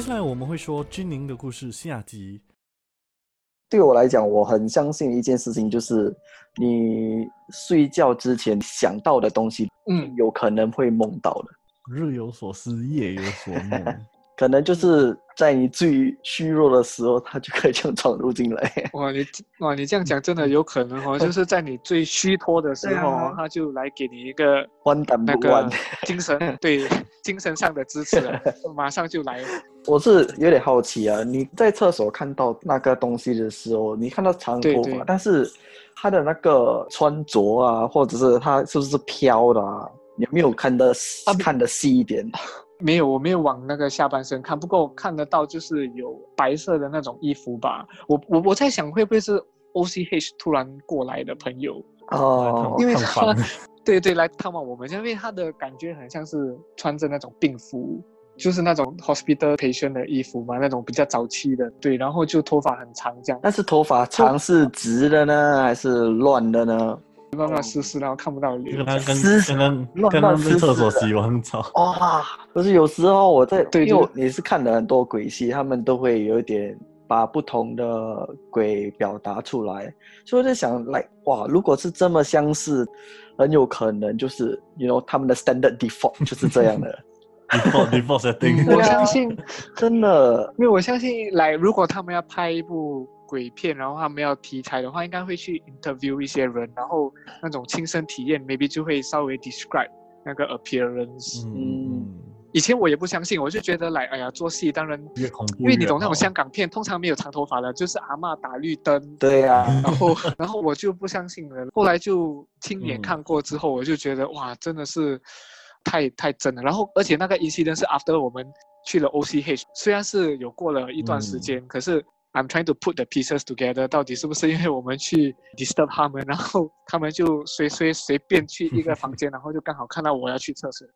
下来我们会说君宁的故事下集。对我来讲，我很相信一件事情，就是你睡觉之前想到的东西，嗯，有可能会梦到的。日有所思，夜有所梦。可能就是在你最虚弱的时候，它就可以 这样闯入进来。哇，你哇，你这样讲真的有可能哦，就是在你最虚脱的时候嗯对哦啊，他就来给你一个弯胆那不弯个，精神对精神上的支持了， 马上就来了。我是有点好奇啊。你在厕所看到那个东西的时候，你看到长头对发，对但是他的那个穿着啊，或者是他是不是飘的啊？有没有看得细啊看得细一点？没有，我没有往那个下半身看，不过我看得到就是有白色的那种衣服吧。我我我在想会不会是 O C H 突然过来的朋友？哦因，为看房，对对，来探望我们，因为他的感觉很像是穿着那种病服，就是那种 hospital patient 的衣服嘛，那种比较早期的，对，然后就头发很长这样，但是头发长是直的呢，还是乱的呢？乱乱湿湿，然后看不到刚脸。刚思刚刚乱刚乱刚思在厕所思的洗完 澡，哇，可是有时候我在，对因为我就也是看了很多鬼戏，他们都会有一点把不同的鬼表达出来，所以我在想，来哇，如果是这么相似，很有可能就是，you know，他们的 standard default 就是这样的， default default 对我 setting，啊相信，真的，因为我相信，来，如果他们要拍一部鬼片，然后他们要题材的话，应该会去 interview 一些人，然后那种亲身体验，maybe 就会稍微 describe 那个 appearance。嗯，以前我也不相信，我就觉得来，哎呀，做戏当然越恐怖因为你越懂那好种香港片，通常没有长头发的，就是阿嬷打绿灯，对呀、啊，然后然后我就不相信了。后来就亲眼嗯看过之后，我就觉得哇，真的是太太真了。然后而且那个 incident 是 after 我们去了 OCH，虽然是有过了一段嗯时间，可是。I'm trying to put the pieces together，到底是不是因为我们去 disturb 他们，然后他们就随随随便去一个房间，然后就刚好看到我要去厕所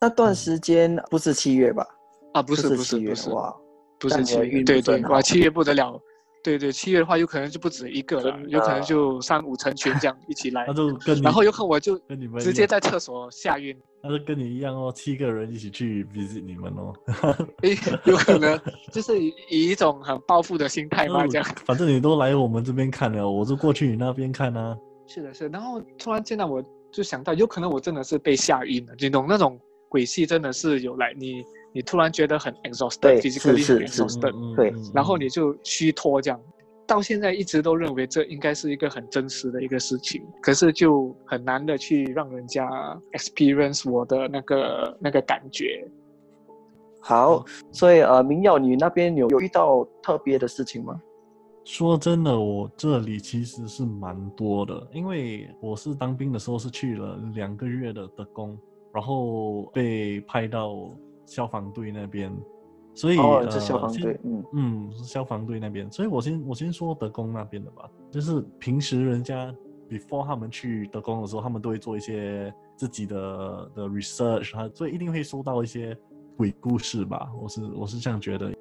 那段时间不是七月吧？啊，不是不不是七月不是，哇，不但你是七的月，运对不是对，很哇，好七月不得了，对对，七月的话有可能就不止一个了真，的有可能就三五成群这样一起来那，就跟你然后有可能我就跟你们直一接样在厕所吓晕，那就跟你一样哦，七个人一起去 visit 你们哦。诶， 有可能就是以以一种很报复的心态嗯吧，哎这样。反正你都来我们这边看了，我就过去你那边看啊。是的，是的，然后突然间呢，我就想到，有可能我真的是被吓晕了，你懂那种鬼戏真的是有来，你你突然觉得很 exhausted，对 p h y s i c a 是 l 是 y 是嗯 exhausted，对然后你就虚脱这样。到现在一直都认为这应该是一个很真实的一个事情，可是就很难的去让人家 experience 我的那个那个感觉。好，所以呃，明耀，你那边有有遇到特别的事情吗？说真的，我这里其实是蛮多的，因为我是当兵的时候是去了两个月的德工，然后被派到消防队那边，所以、哦，呃，这消防先队，嗯，嗯，是消防队那边，所以我先我先说德工那边的吧，就是平时人家 before 他们去德工的时候，他们都会做一些自己的的 research，啊，所以一定会收到一些鬼故事吧，我是我是这样觉得，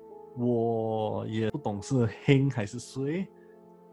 我也不懂是黑还是谁，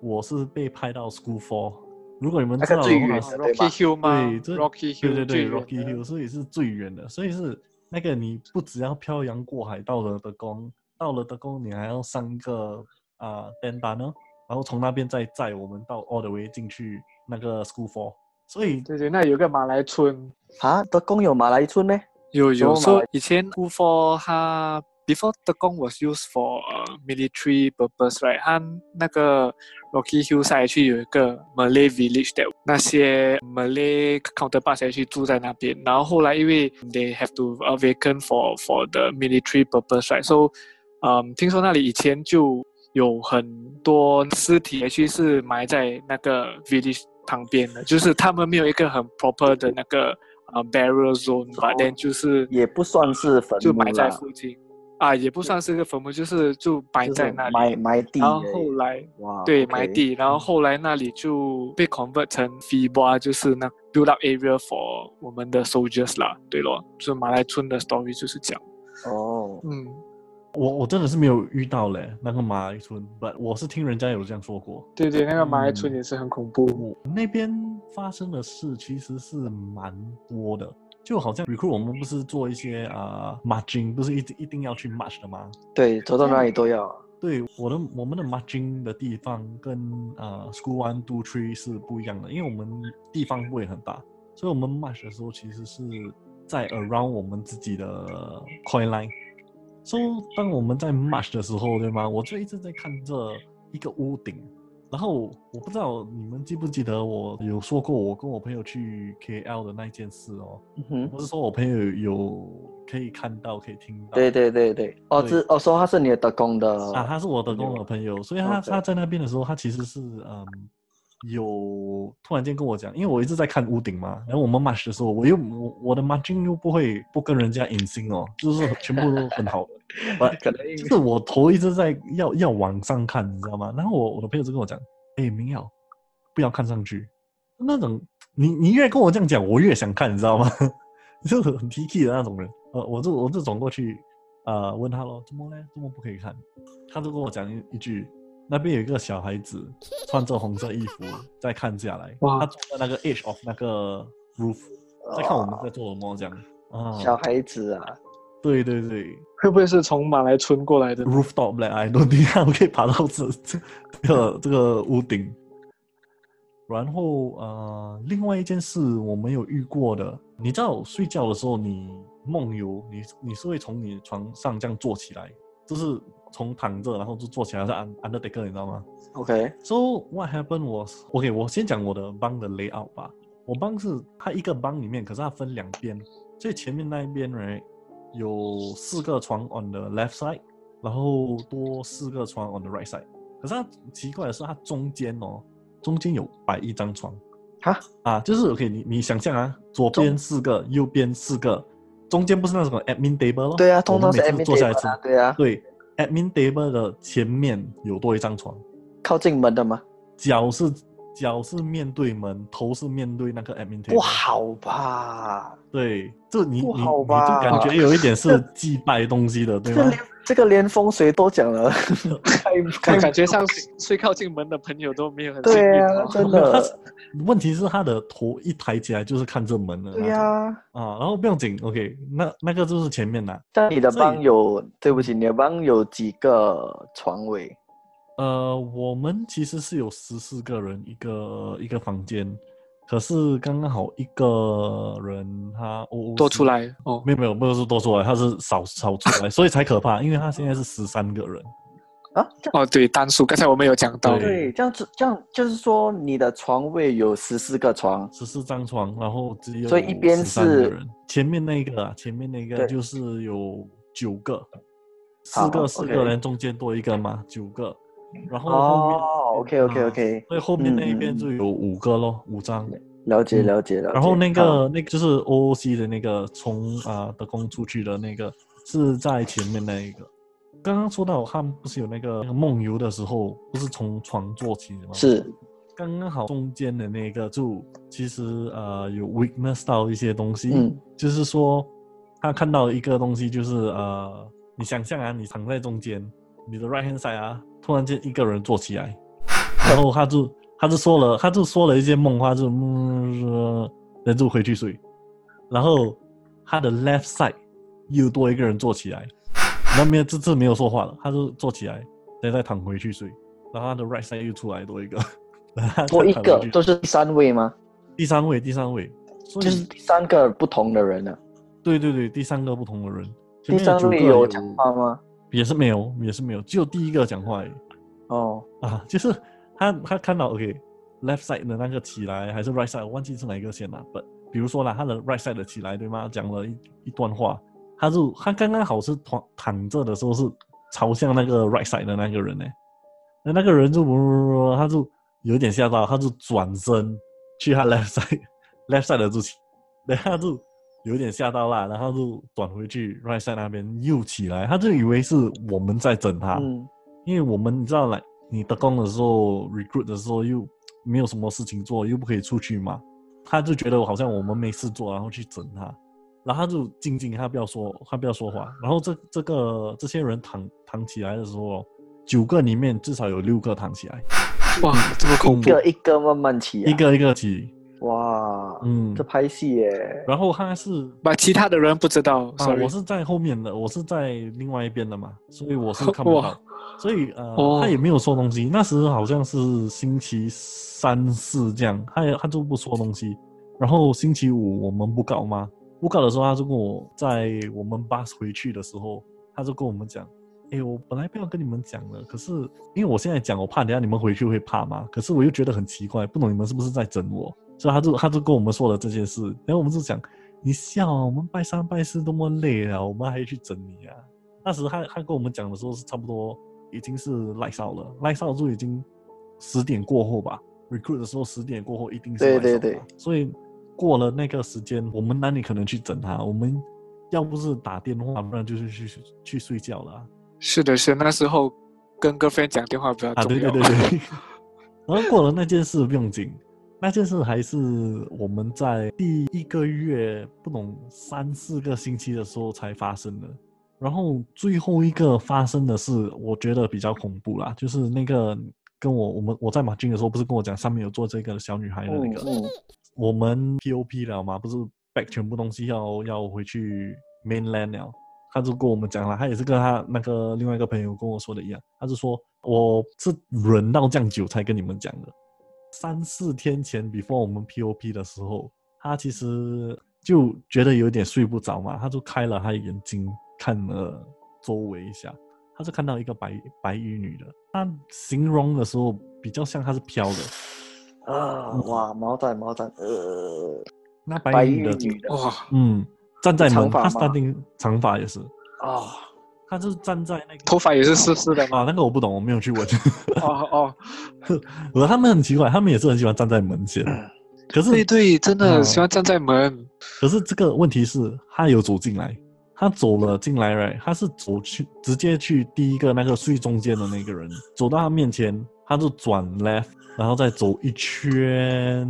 我是被派到 school for，如果你们那知个道最的话远，的对啊 Rocky 吧？ Hill 吗对，这？Rocky Hill 对对最对远的，Rocky Hill，所以是最远的，所以是那个你不只要漂洋过海到了德公，到了德公你还要上一个啊单单呢，然后从那边再载我们到 all the way 进去那个 school for，所以对对，那有个马来村，啊，德公有马来村咩？有有有 so so 以前 u for 它 before 德工 was used for、military uh, purpose right，它那个 Rocky Hill 下去有一个 Malay village that 那些 Malay counterpart 下去住在那边，然后后来因为 they have to uh, vacant for for the military purpose right，so 嗯，听说那里以前就有很多尸体，也许是埋在那个 village 旁边的，就是他们没有一个很 proper 的那个呃 burial zone 吧，但就是哦也不算是坟就墓埋在啦附近啊，也不算是个坟墓，就是就埋就是在那里。埋埋地然而后已，后来哇，对 OK 埋，地，然后后来那里就被 convert 成 f i b a 就是那 build up area for 我们的 soldiers 啦，对咯，就是马来村的 story 就是这样，哦，嗯。我我真的是没有遇到嘞那个马来村，but 我是听人家有这样说过。对对，那个马来村嗯也是很恐怖。我那边发生的事其实是蛮多的，就好像 recruit 我们不是做一些啊、margin，不是一定一定要去 match 的吗？对，走到哪里都要。对，我的我们的 margin 的地方跟啊、school one two three 是不一样的，因为我们地方不会很大，所以我们 match 的时候其实是在 around 我们自己的 coin line。所、以当我们在 match 的时候，对吗？我就一直在看这一个屋顶，然后我不知道你们记不记得我有说过我跟我朋友去 KL 的那一件事哦，嗯哼，我是说我朋友有可以看到可以听到，对对对对，哦，对这哦，说他是你的德工的啊，他是我的工友朋友，所以他 OK 他在那边的时候，他其实是嗯有突然间跟我讲，因为我一直在看屋顶嘛，然后我们 match 的时候，我又我我的 margin 又不会不跟人家隐形哦，就是全部都很好的，我可能就是我头一直在要要往上看，你知道吗？然后我我的朋友就跟我讲，哎，明耀不要看上去，那种你你越跟我这样讲，我越想看，你知道吗？ 就是很 T K 的那种人，呃，我就我就走过去，呃，问他咯，怎么嘞？怎么不可以看？他就跟我讲一一句，那边有一个小孩子穿着红色衣服在看下来，哇他坐在那个 edge of 那个 roof，在看我们在做什么这样啊？小孩子啊，对对对会不会是从马来村过来的？ ，rooftop 嘞，哎，都底下我可以爬到这这这个这个屋顶。然后呃，另外一件事我没有遇过的，你知道睡觉的时候你梦游，你你是会从你床上这样坐起来，就是从躺着然后就坐起来是 un undertaker，你知道吗？ ，OK， So what happened was OK，我先讲我的 bang 的 layout 吧。我 bang 是它一个 bang 里面，可是它分两边，所以前面那一边呢有四个床 on the left side，然后多四个床 on the right side。可是它奇怪的是，它中间哦，中间有摆一张床哈啊，就是 OK，你你想象啊，左边四个，右边四个，中间不是那种 admin table 咯？对啊，哦我通们常每是次 M 坐下来吃，对啊，对，admin table 的前面有多一张床。靠近门的吗？脚是脚是面对门，头是面对那个 admin table。不好吧？对，就你不你你好就吧感觉有一点是祭拜东西的，对这吗？连这个连风水都 讲了， 开感开感觉上最靠近门的朋友都没有很幸对运啊，哦。真没有他 是的，问题是他的头一抬起来就是看这门的那种，对呀。啊然后不用紧，OK，那那个就是前面啦。但你的所以帮有，对不起，你的帮有几个床位？呃，我们其实是有十四个人一个一个房间，可是刚刚好一个人他多出来。来哦没有没有，不是多出来，他是少少出来，所以才可怕，因为他现在是十三个人，啊，这样哦，对，单数刚才我们有讲到，对对，这样子这样就是说你的床位有十四个床，十四张床，然后只有所以一边13个是人，前面那个啊，前面那对个就是有九个，好四个四 OK 个人中间多一个嘛，九个，然后后面、啊哦，OK OK OK，所以后面那一嗯嗯边嗯就有五个咯，五张。了解嗯了解了解。然后那好个那个就是 OOC 的那个从啊、德工出去的那个是在前面那一个。刚刚说到他们不是有那个那个梦游的时候，不是从床坐起的吗？是刚刚好中间的那个就其实呃有 witness 到一些东西，嗯就是说他看到一个东西，就是呃你想象啊，你躺在中间，你的 right hand side 啊，突然间一个人坐起 来，然后他就他就说了，他就说了一些梦话，就嗯，人就回去睡，然后他的 left side 又多一个人坐起来，那边这次没有说话了，他就坐起来，然后再躺回去睡，然后他的 right side 又出来多一个， 然后他再多一躺个回去都是第三位吗？第三位，第三位，所以就是第三个不同的人呢？对对对，第三个不同的人，前面有第三九个位有讲话吗？也是没有，也是没有，只有第一个讲话而已哦，啊，就是他他看到 OK left side 的那个起来还是 right side，我忘记是哪一个先了。But 比如说啦，他的 right side 的起来对吗？讲了一一段话，他就他刚刚好是躺躺着的时候是朝向那个 right side 的那个人呢，那那个人就他就有点吓到，他就转身去他 left side left side 的就起，然后他就。有点吓到啦，然后就转回去 right side 那边又起来，他就以为是我们在整他，嗯，因为我们你知道，来你打工的时候，recruit 的时候又没有什么事情做，又不可以出去嘛，他就觉得好像我们没事做，然后去整他，然后他就静静，他不要说，他不要说话。然后这这个这些人躺躺起来的时候，九个里面至少有六个躺起来，哇，这么恐一怖个一个慢慢起啊，一个一个起，哇，嗯这，拍戏耶，然后他是把其他的人不知道啊， ，sorry，我是在后面的，我是在另外一边的嘛，所以我是看不哇到，所以呃，哦他也没有说东西。那时好像是星期三四这样，他也他就不说东西。然后星期五我们不告吗？不告的时候，他就跟我在我们 bus 回去的时候，他就跟我们讲。哎，我本来不要跟你们讲的，可是因为我现在讲，我怕等一下你们回去会怕嘛。可是我又觉得很奇怪，不懂你们是不是在整我，所以他就他就跟我们说了这件事，然后我们就讲，你笑啊，我们拜三拜四多么累啊，我们还去整你啊。那时他他跟我们讲的时候是差不多已经是赖少了，赖少就已经十点过后吧，recruit 的时候十点过后一定是对赖少对嘛对所以过了那个时间，我们哪里可能去整他？我们要不是打电话，不然就是去去睡觉了啊、是的是，那时候跟 girlfriend 讲电话比较啊，重对要。对对 对。然后过了那件事不用紧，那件事还是我们在第一个月不懂三四个星期的时候才发生的。然后最后一个发生的是，我觉得比较恐怖啦，就是那个跟我我们我在马军的时候，不是跟我讲上面有做这个小女孩的那哦个，嗯我们 POP 了嘛，不是 back 全部东西要要回去 mainland 了。他就跟我们讲了，他也是跟他那个另外一个朋友跟我说的一样，他就说我是忍到这样久才跟你们讲的。三四天前，before 我们 POP 的时候，他其实就觉得有点睡不着嘛，他就开了他眼睛看了周围一下，他就看到一个白白衣女的，他形容的时候比较像她是飘的，啊，哇，毛蛋毛蛋，呃，那白嗯白衣衣女的女的哇，嗯，站在长门，发他吗是定长发也是，啊，他就是站在那个头发也是湿湿的吗？啊，那个我不懂，我没有去问。 哦哦，我他们很奇怪，他们也是很喜欢站在门前，可嗯对是对，真的嗯喜欢站在门。可是这个问题是，他有走进来，他走了进来，right？他是走去直接去第一个那个最中间的那个人，走到他面前，他就转 left，然后再走一圈，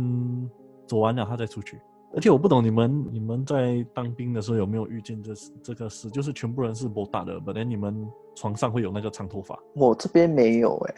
走完了他再出去。而且我不懂你们你们在当兵的时候有没有遇见这这个事，就是全部人是不打的，本来你们床上会有那个长头发，我这边没有哎，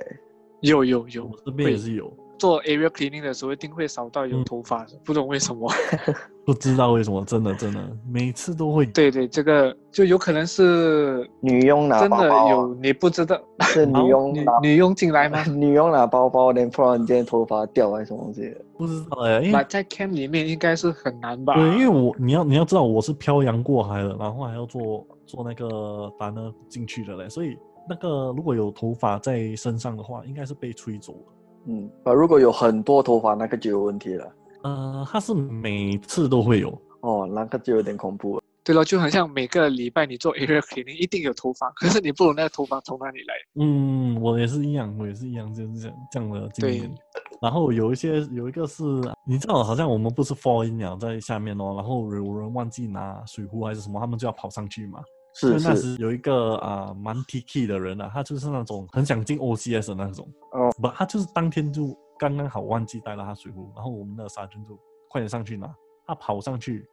有有我有，这边也会是有。做 area cleaning 的时候一定会扫到有嗯头发的，不懂为什么。 不知道为什么，真的真的，每次都会。对对，这个就有可能是女佣拿真包的包有，你不知道啊， 是女佣女拿？女佣进来吗 女佣拿包包，连突然间头发掉还是什么东西的？不知道哎、因那为在 camp 里面应该是很难吧？对，因为我你要你要知道我是漂洋过海的，然后还要做做那个单呢进去的嘞，所以那个如果有头发在身上的话，应该是被吹走了。嗯，啊，如果有很多头发，那个就有问题了。呃，它是每次都会有，哦，那个就有点恐怖了。对了，就很像每个礼拜你做 area cleaning 一定有头发，可是你不懂那个头发从哪里来。嗯，我也是一样，我也是一样，就是这样这样的经对验。然后有一些有一个是，你知道，好像我们不是 fall in 了在下面哦，然后有人忘记拿水壶还是什么，他们就要跑上去嘛。是就那是，时有一个啊、蛮 T K 的人啊，他就是那种很想进 O C S 的那种，哦，不，他就是当天就刚刚好忘记带了他水壶，然后我们的沙军就快点上去拿，他跑上去，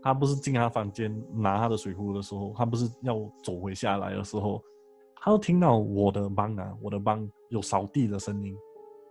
他不是进他房间拿他的水壶的时候，他不是要走回下来的时候，他就听到我的帮啊，我的帮有扫地的声音，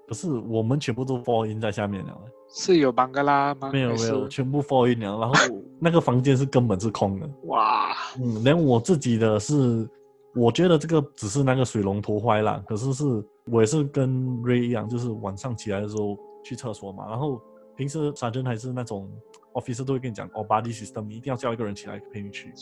可是我们全部都 fall in 在下面了，是有邦格拉吗？没有还没是有，全部 fall in 了， 然后那个房间是根本是空的。哇，嗯，连我自己的是，我觉得这个只是那个水龙头坏了，可是是我也是跟 Ray 一样，就是晚上起来的时候去厕所嘛，然后平时沙珍还是那种 officer 都会跟你讲哦，body system，你一定要叫一个人起来陪你去。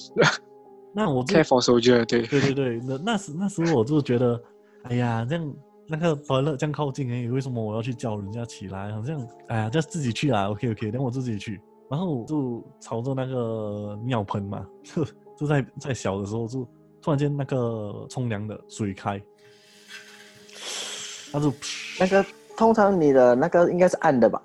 那我就开防守觉对，对对对，那那时那时候我就觉得，哎呀，这样那个 t o i 这样靠近而已，为什么我要去叫人家起来？好像哎呀，就自己去啦，OK OK，等我自己去。然后就朝着那个尿盆嘛，就就在在小的时候就突然间那个冲凉的水开，它就 那个通常你的那个应该是暗的吧？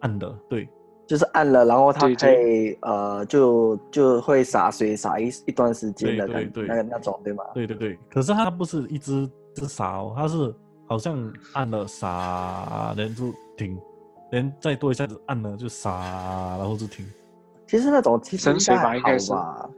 暗的，对，就是暗了，然后它对可对以呃，就就会洒水洒一一段时间的对感，对对那个那种对吗？对对对，可是它不是一只只傻哦，它是好像按了傻，然后就停，连再多一下子按了就傻，然后就停。其实那种其实神水吧应该还应该是好吧，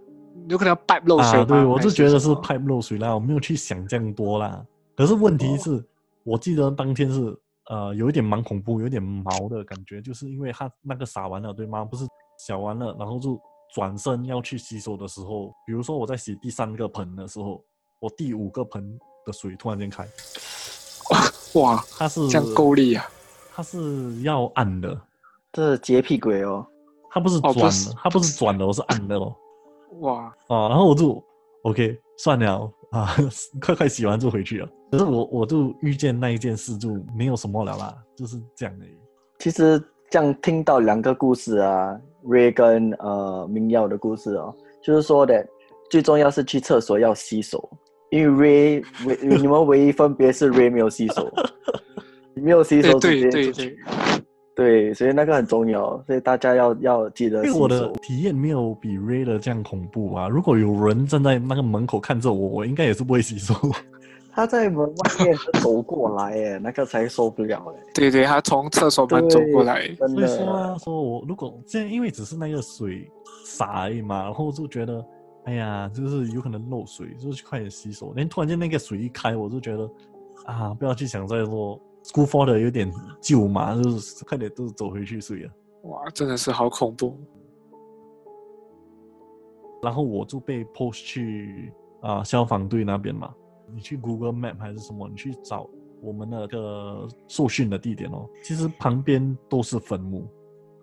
有可能 pipe 漏水啊，吗？对，我还就觉得什是么哦 pipe 漏水啦，我没有去想这样多啦。可是问题是，我记得当天是呃有一点蛮恐怖，有一点毛的感觉，就是因为他那个撒完了对吗？不是小完了，然后就转身要去洗手的时候，比如说我在洗第三个盆的时候，我第五个盆的水突然间开，哇，它是这样够力啊！它是要按的，这洁癖鬼哦，它不是哦转不的，是它不是转的，我是按的 哦。哇，啊，然后我就 OK 算了啊， 快快洗完就回去了。可是我我就遇见那一件事就没有什么了啦，就是这样而已。其实这样听到两个故事啊，Ray 跟呃明耀的故事哦，就是说的最重要是去厕所要洗手，因为 Ray 唯你们唯一分别是 Ray 没有洗手，没有洗对手直接对对出去对，对，所以那个很重要，所以大家要要记得洗因为手。我的体验没有比 Ray 的这样恐怖啊。如果有人站在那个门口看着我，我应该也是不会洗手。他在门外面走过来，哎，那个才受不了，哎，对 对，他从厕所门走过来，真所以说的啊，说我如果现在因为只是那个水洒而已嘛，然后就觉得，哎呀，就是有可能漏水，就去快点洗手。连突然间那个水一开，我就觉得啊，不要去想再说 school for 的有点旧嘛，就是快点都走回去睡了。哇，真的是好恐怖。然后我就被 post 去啊、消防队那边嘛。你去 Google Map 还是什么，你去找我们那个受训的地点哦。其实旁边都是坟墓。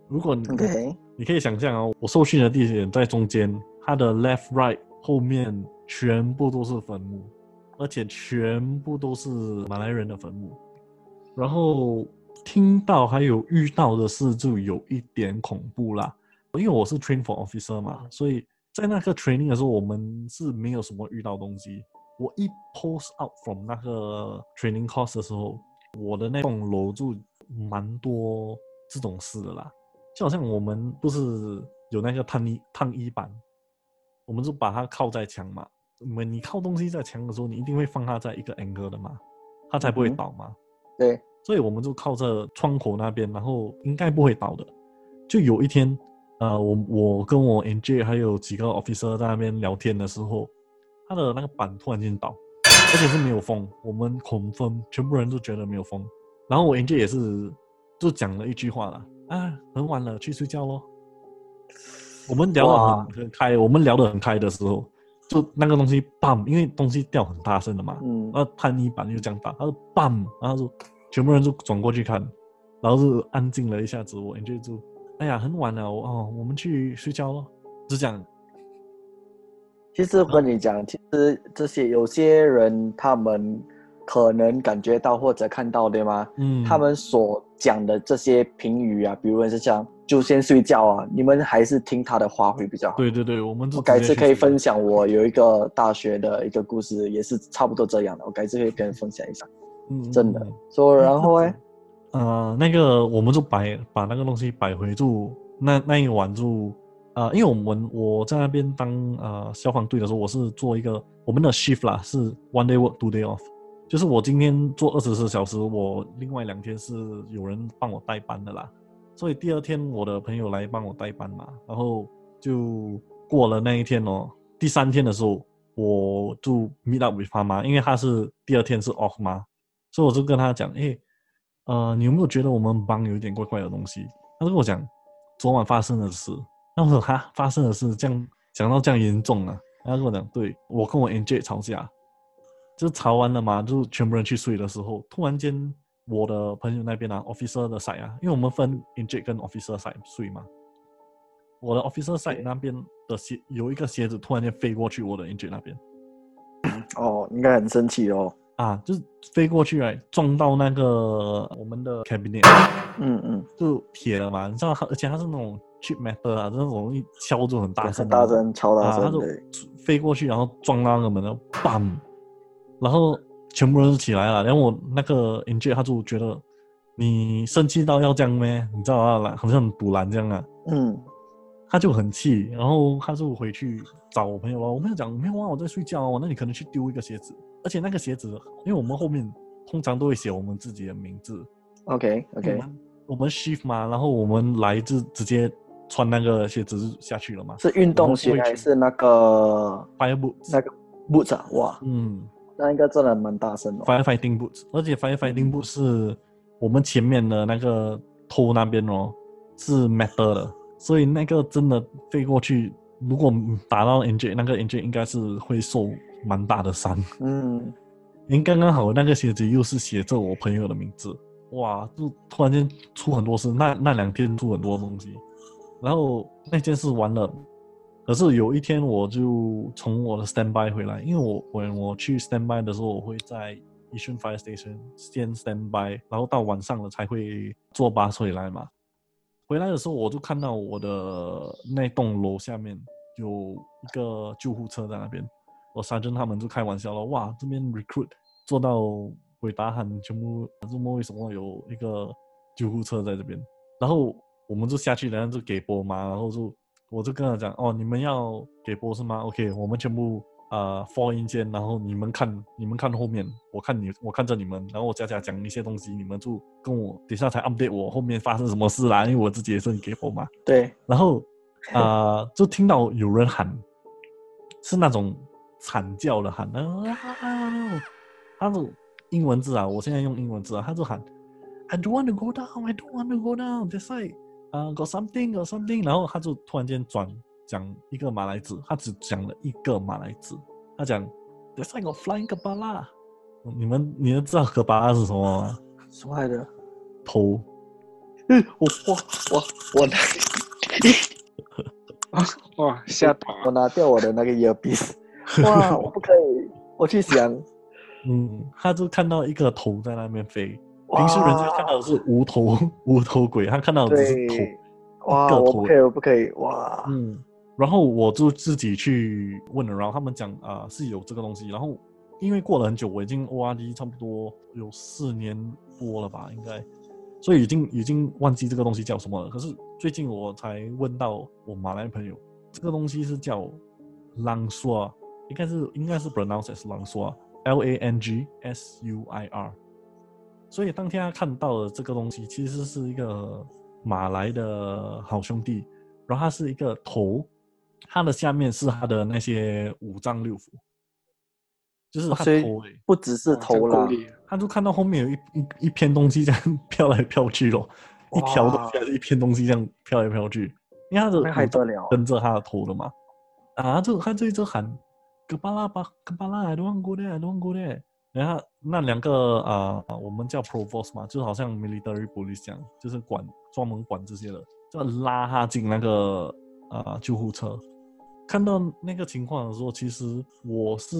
如果你嗯，OK，你可以想象哦，我受训的地点在中间，它的 left right 后面全部都是坟墓，而且全部都是马来人的坟墓。然后听到还有遇到的事就有一点恐怖啦，因为我是 train for officer 嘛，所以在那个 training 的时候，我们是没有什么遇到东西。我一 post out from 那个 training course 的时候，我的那栋楼就蛮多这种事的啦。就好像我们不是有那个烫衣烫衣板，我们就把它靠在墙嘛。我们你靠东西在墙的时候，你一定会放它在一个 angle 的嘛，它才不会嗯哼倒嘛。对，所以我们就靠着窗口那边，然后应该不会倒的。就有一天，呃，我我跟我 NJ 还有几个 officer 在那边聊天的时候，他的那个板突然间倒，而且是没有风，我们恐风，全部人都觉得没有风。然后我 NJ 也是就讲了一句话了，啊，很晚了，去睡觉咯。我们聊得哇很很开，我们聊得很开的时候，就那个东西 bam，因为东西掉很大声的嘛，嗯，那潘一板就这样打，他说 bam，然后就全部人就转过去看，然后就安静了一下子，我 n j 就，哎呀，很晚了，我哦，我们去睡觉咯，就这样，其实我哦跟你讲，其实这些有些人他们可能感觉到或者看到，对吗？嗯，他们所讲的这些评语啊，比如是像就先睡觉啊，你们还是听他的话会比较好。对对对，我们就我改直次接可以去睡觉分享我有一个大学的一个故事，也是差不多这样的。我改次可以跟人分享一下，嗯真的嗯嗯。说、然后哎， 呃，那个我们就摆把那个东西摆回住，那那一晚就，呃，因为我们我在那边当呃消防队的时候，我是做一个我们的 shift 啦，是 one day work two day off，就是我今天做二十四小时，我另外两天是有人帮我代班的啦，所以第二天我的朋友来帮我代班嘛，然后就过了那一天哦，第三天的时候我就 meet up with 他嘛，因为他是第二天是 off 嘛，所以我就跟他讲，诶，呃，你有没有觉得我们帮有一点怪怪的东西？他就跟我讲昨晚发生的事。那我说哈，发生的事这样讲到这样严重啊？然后他跟我讲，对我跟我 NJ 吵架，就吵完了嘛，就全部人去睡的时候，突然间我的朋友那边啊，officer 的 side 啊，因为我们分 NJ 跟 officer side 睡嘛，我的 officer side 那边的鞋有一个鞋子突然间飞过去我的 NJ 那边。哦，应该很生气哦。啊，就是飞过去来撞到那个我们的 cabinet，嗯嗯，就铁了嘛，你知道它，而且它是那种 cheap metal 啊，那种一敲就很大声很的那大种，声，超大啊，它声，就对，飞过去，然后撞到那个门，然后 bam，然后全部人都起来了，然后我那个 n j 他就觉得你生气到要这样咩？你知道啊，好像很堵拦这样啊，嗯，他就很气，然后他就回去找我朋友了。我朋友讲没有啊，我在睡觉哦，那你可能去丢一个鞋子，而且那个鞋子，因为我们后面通常都会写我们自己的名字 OK 我 OK，们我们 shift 嘛，然后我们来就直接穿那个鞋子就下去了嘛是运动我鞋们会还去是那个，fire boots，那个 boots 啊？哇，嗯那应该真的蛮大声哦。哦，firefighting boots，而且 firefighting boots 是我们前面的那个头那边哦是 metal 的，所以那个真的飞过去，如果打到 NJ，那个 NJ 应该是会受蛮大的伤。嗯，因为刚刚好那个鞋子又是写着我朋友的名字，哇，就突然间出很多事，那那两天出很多东西，然后那件事完了，可是有一天我就从我的 standby 回来，因为我我我去 standby 的时候，我会在 Yishun Fire Station 先 standby，然后到晚上了才会坐巴士回来嘛。回来的时候，我就看到我的那栋楼下面有一个救护车在那边，我沙珍他们就开玩笑了，哇，这边 recruit 做到鬼打喊，全部怎么为什么有一个救护车在这边？然后我们就下去，然后就给波嘛，然后就我就跟他讲，哦，你们要给波是吗？OK，我们全部呃 fall in 间，然后你们看你们看后面，我看你我看着你们，然后我佳佳讲一些东西，你们就跟我等一下才 update 我后面发生什么事啦，因为我自己也是给波嘛。对，然后啊、呃就听到有人喊，是那种惨叫的喊，啊，他是英文字啊，我现在用英文字啊，他就喊，I don't want to go down, I don't want to go down, that's why 啊、got something, got something，然后他就突然间转讲一个马来字，他只讲了一个马来字，他讲 that's why got flying kepala，你们你们知道 kepala 是什么吗？什么来的？头。我哇哇，我拿哇，吓到了！我拿掉我的那个 earpiece，哇，哦我不可以，我去想，嗯，他就看到一个头在那边飞，哇 平时人家看到的是无头无头鬼，他看到的只是头。对，哇，个我头欸不可以，我不可以，哇，嗯，然后我就自己去问了，然后他们讲啊、是有这个东西，然后因为过了很久，我已经 ORD 差不多有四年多了吧，应该，所以已经已经忘记这个东西叫什么了。可是最近我才问到我马来朋友，这个东西是叫朗刷，应该是应该是 pronounce as 朗刷，L A N G S U I R。所以当天他看到的这个东西，其实是一个马来的好兄弟，然后它是一个头，它的下面是它的那些五脏六腑，就是它哦所以头诶，不只是头真够啦，力他就看到后面有一一一片东西这样 飘来飘去咯，一条东西还是一片东西这样飘来飘去，因为他的那还得了？跟着他的头的嘛，啊，他就他就一直喊，格巴拉巴格巴拉，I don't want go there，I don't want go there。然后他那两个啊、呃我们叫 provost 嘛，就好像 military police 这样，就是管专门管这些的，就拉他进那个啊、呃救护车。看到那个情况的时候，其实我是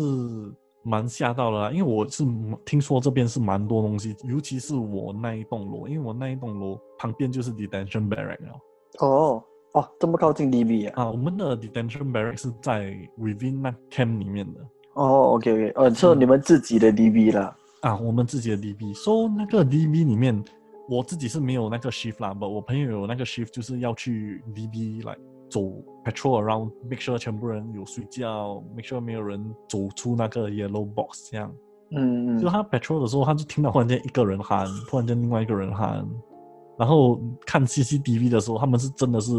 蛮吓到啊了啦，因为我是听说这边是蛮多东西，尤其是我那一栋楼，因为我那一栋楼旁边就是 detention barrack 了。哦哦，这么靠近 DB 啊？啊，我们的 detention barrack 是在 within 那 camp 里面的哦，OK OK，哦，说嗯你们自己的 DB 啦，啊，我们自己的 DB。so 那个 DB 里面，我自己是没有那个 shift 啦，but 我朋友有那个 shift，就是要去 DB 来走 patrol around，make sure 全部人有睡觉，make sure 没有人走出那个 yellow box 这样。嗯就嗯，他 patrol 的时候，他就听到突然间一个人喊，突然间另外一个人喊，然后看 CCTV 的时候，他们是真的是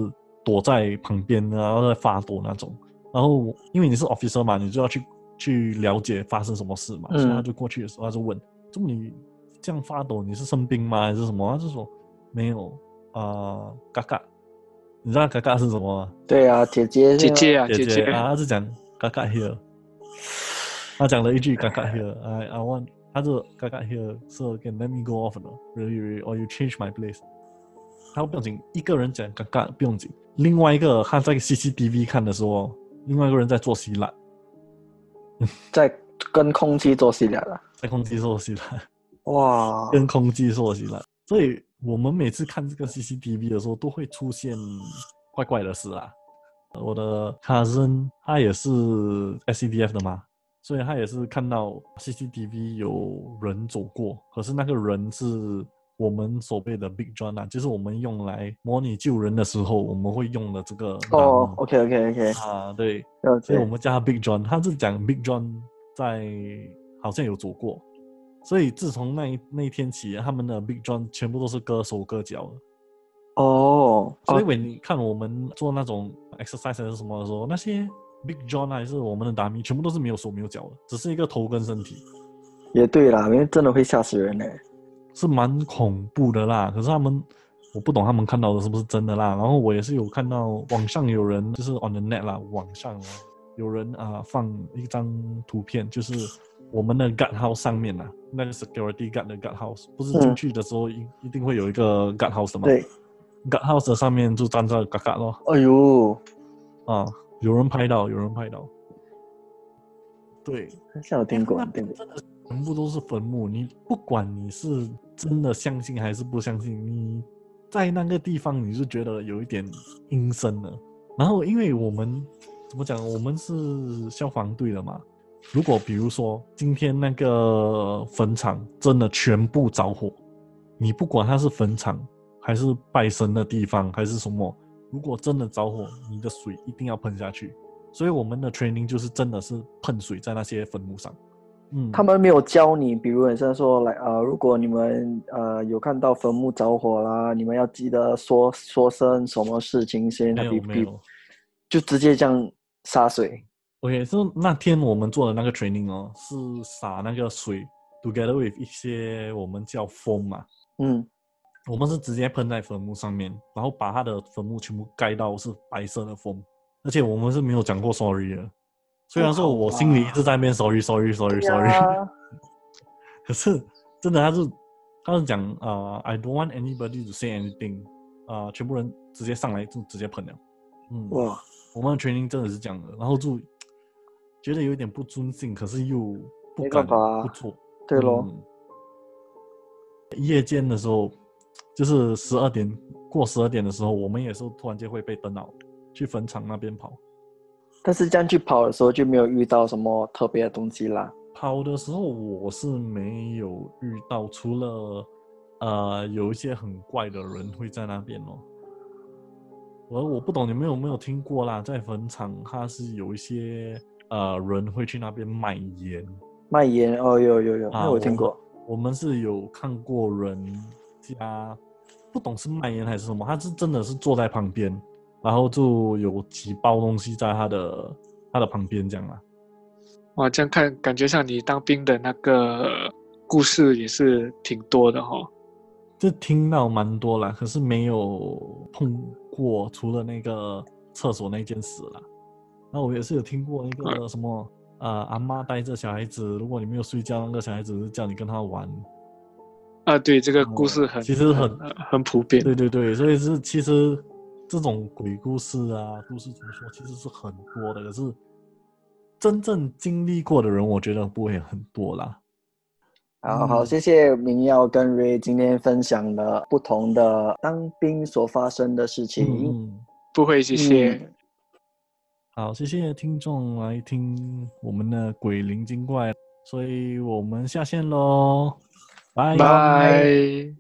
躲在旁边，啊然后在发抖那种。然后我因为你是 officer 嘛，你就要去去了解发生什么事嘛，嗯所以他就过去的时候，他就问：“怎么你这样发抖？你是生病吗？还是什么？”他就说：“没有啊，嘎嘎。”你知道嘎嘎是什么吗？对啊，姐姐姐姐啊，姐姐姐，啊，他是讲嘎嘎 here，他讲了一句嘎嘎 here，I I want，他就嘎嘎 here，so can let me go off now, really really or you change my place。他不用紧，一个人讲嘎嘎不用紧，另外一个他在 CCTV 看的时候，另外一个人在做希腊，在跟空气做戏了啦，在空气做希腊，哇，跟空气做希腊，所以我们每次看这个 CCTV 的时候，都会出现怪怪的事啊。我的 cousin 他也是 SCDF 的嘛，所以他也是看到 CCTV 有人走过，可是那个人是我们所谓的 Big John 啊，就是我们用来模拟救人的时候我们会用的这个哦栏目，OK OK OK，啊，对，了所以解我，们叫他 Big John，他是讲 Big John 在好像有走过，所以自从那一那一天起，他们的 Big John 全部都是割手割脚的。哦，所以when 你看我们做那种 exercise 还是什么的时候，那些 Big John 啊还是我们的达米，全部都是没有手没有脚的，只是一个头跟身体。也对啦，因为真的会吓死人呢、是蛮恐怖的啦。可是他们，我不懂他们看到的是不是真的啦。然后我也是有看到网上有人就是 on the net 啦，网上哦有人啊、放一张图片，就是我们的 guard house 上面啊，那个 security guard 的 guard house，不是嗯进去的时候一、一定会有一个 guard house 的嘛？对， ，guard house 的上面就站着嘎嘎咯。哎呦，啊，有人拍到，有人拍到。对，好像有听过，听过。真的全部都是坟墓。你不管你是真的相信还是不相信，你在那个地方你就觉得有一点阴森了。然后，因为我们怎么讲，我们是消防队的嘛。如果比如说今天那个坟场真的全部着火，你不管它是坟场还是拜神的地方还是什么，如果真的着火，你的水一定要喷下去。所以我们的 training 就是真的是喷水在那些坟墓上。嗯，他们没有教你，比如很像说来呃，如果你们呃有看到坟墓着火啦，你们要记得说说声什么事情先，没有比没有。就直接这样洒水。 OK，是那天我们做的那个 training 哦，是洒那个水，together with 一些我们叫 foam 嘛，嗯，我们是直接喷在坟墓上面，然后把它的坟墓全部盖到是白色的 foam，而且我们是没有讲过 sorry 的。虽然说我心里一直在那边 sorry sorry sorry 对 sorry，、啊 可是真的他是他是讲啊、i don't want anybody to say anything，啊、全部人直接上来就直接喷了，嗯， 哇，我们的 training 真的是这样的，然后就觉得有点不尊敬，可是又不没敢办法啊不做。对咯，嗯夜间的时候，就是十二点过十二点的时候，我们也是突然间会被登到去坟场那边跑。但是这样去跑的时候就没有遇到什么特别的东西啦。跑的时候我是没有遇到，除了呃有一些很怪的人会在那边哦。我我不懂你们有没有听过啦，在坟场它是有一些呃人会去那边卖烟，卖烟哦，有有有，啊那我听过。我们是有看过人家不懂是卖烟还是什么，他是真的是坐在旁边，然后就有几包东西在他的他的旁边这样啦。哇，这样看感觉上你当兵的那个故事也是挺多的哦。这听到蛮多啦，可是没有碰过，除了那个厕所那件事啦。那我也是有听过那个什么，呃，阿妈带着小孩子，如果你没有睡觉，那个小孩子是叫你跟他玩。啊，对，这个故事很、哦其实很呃很普遍。对对对，所以是其实这种鬼故事啊、都市传说其实是很多的，可是真正经历过的人，我觉得不会很多啦。好好，嗯谢谢明耀跟 Ray 今天分享了不同的当兵所发生的事情。嗯嗯不会，谢谢。嗯好，谢谢听众来听我们的鬼灵精怪，所以我们下线喽，拜拜。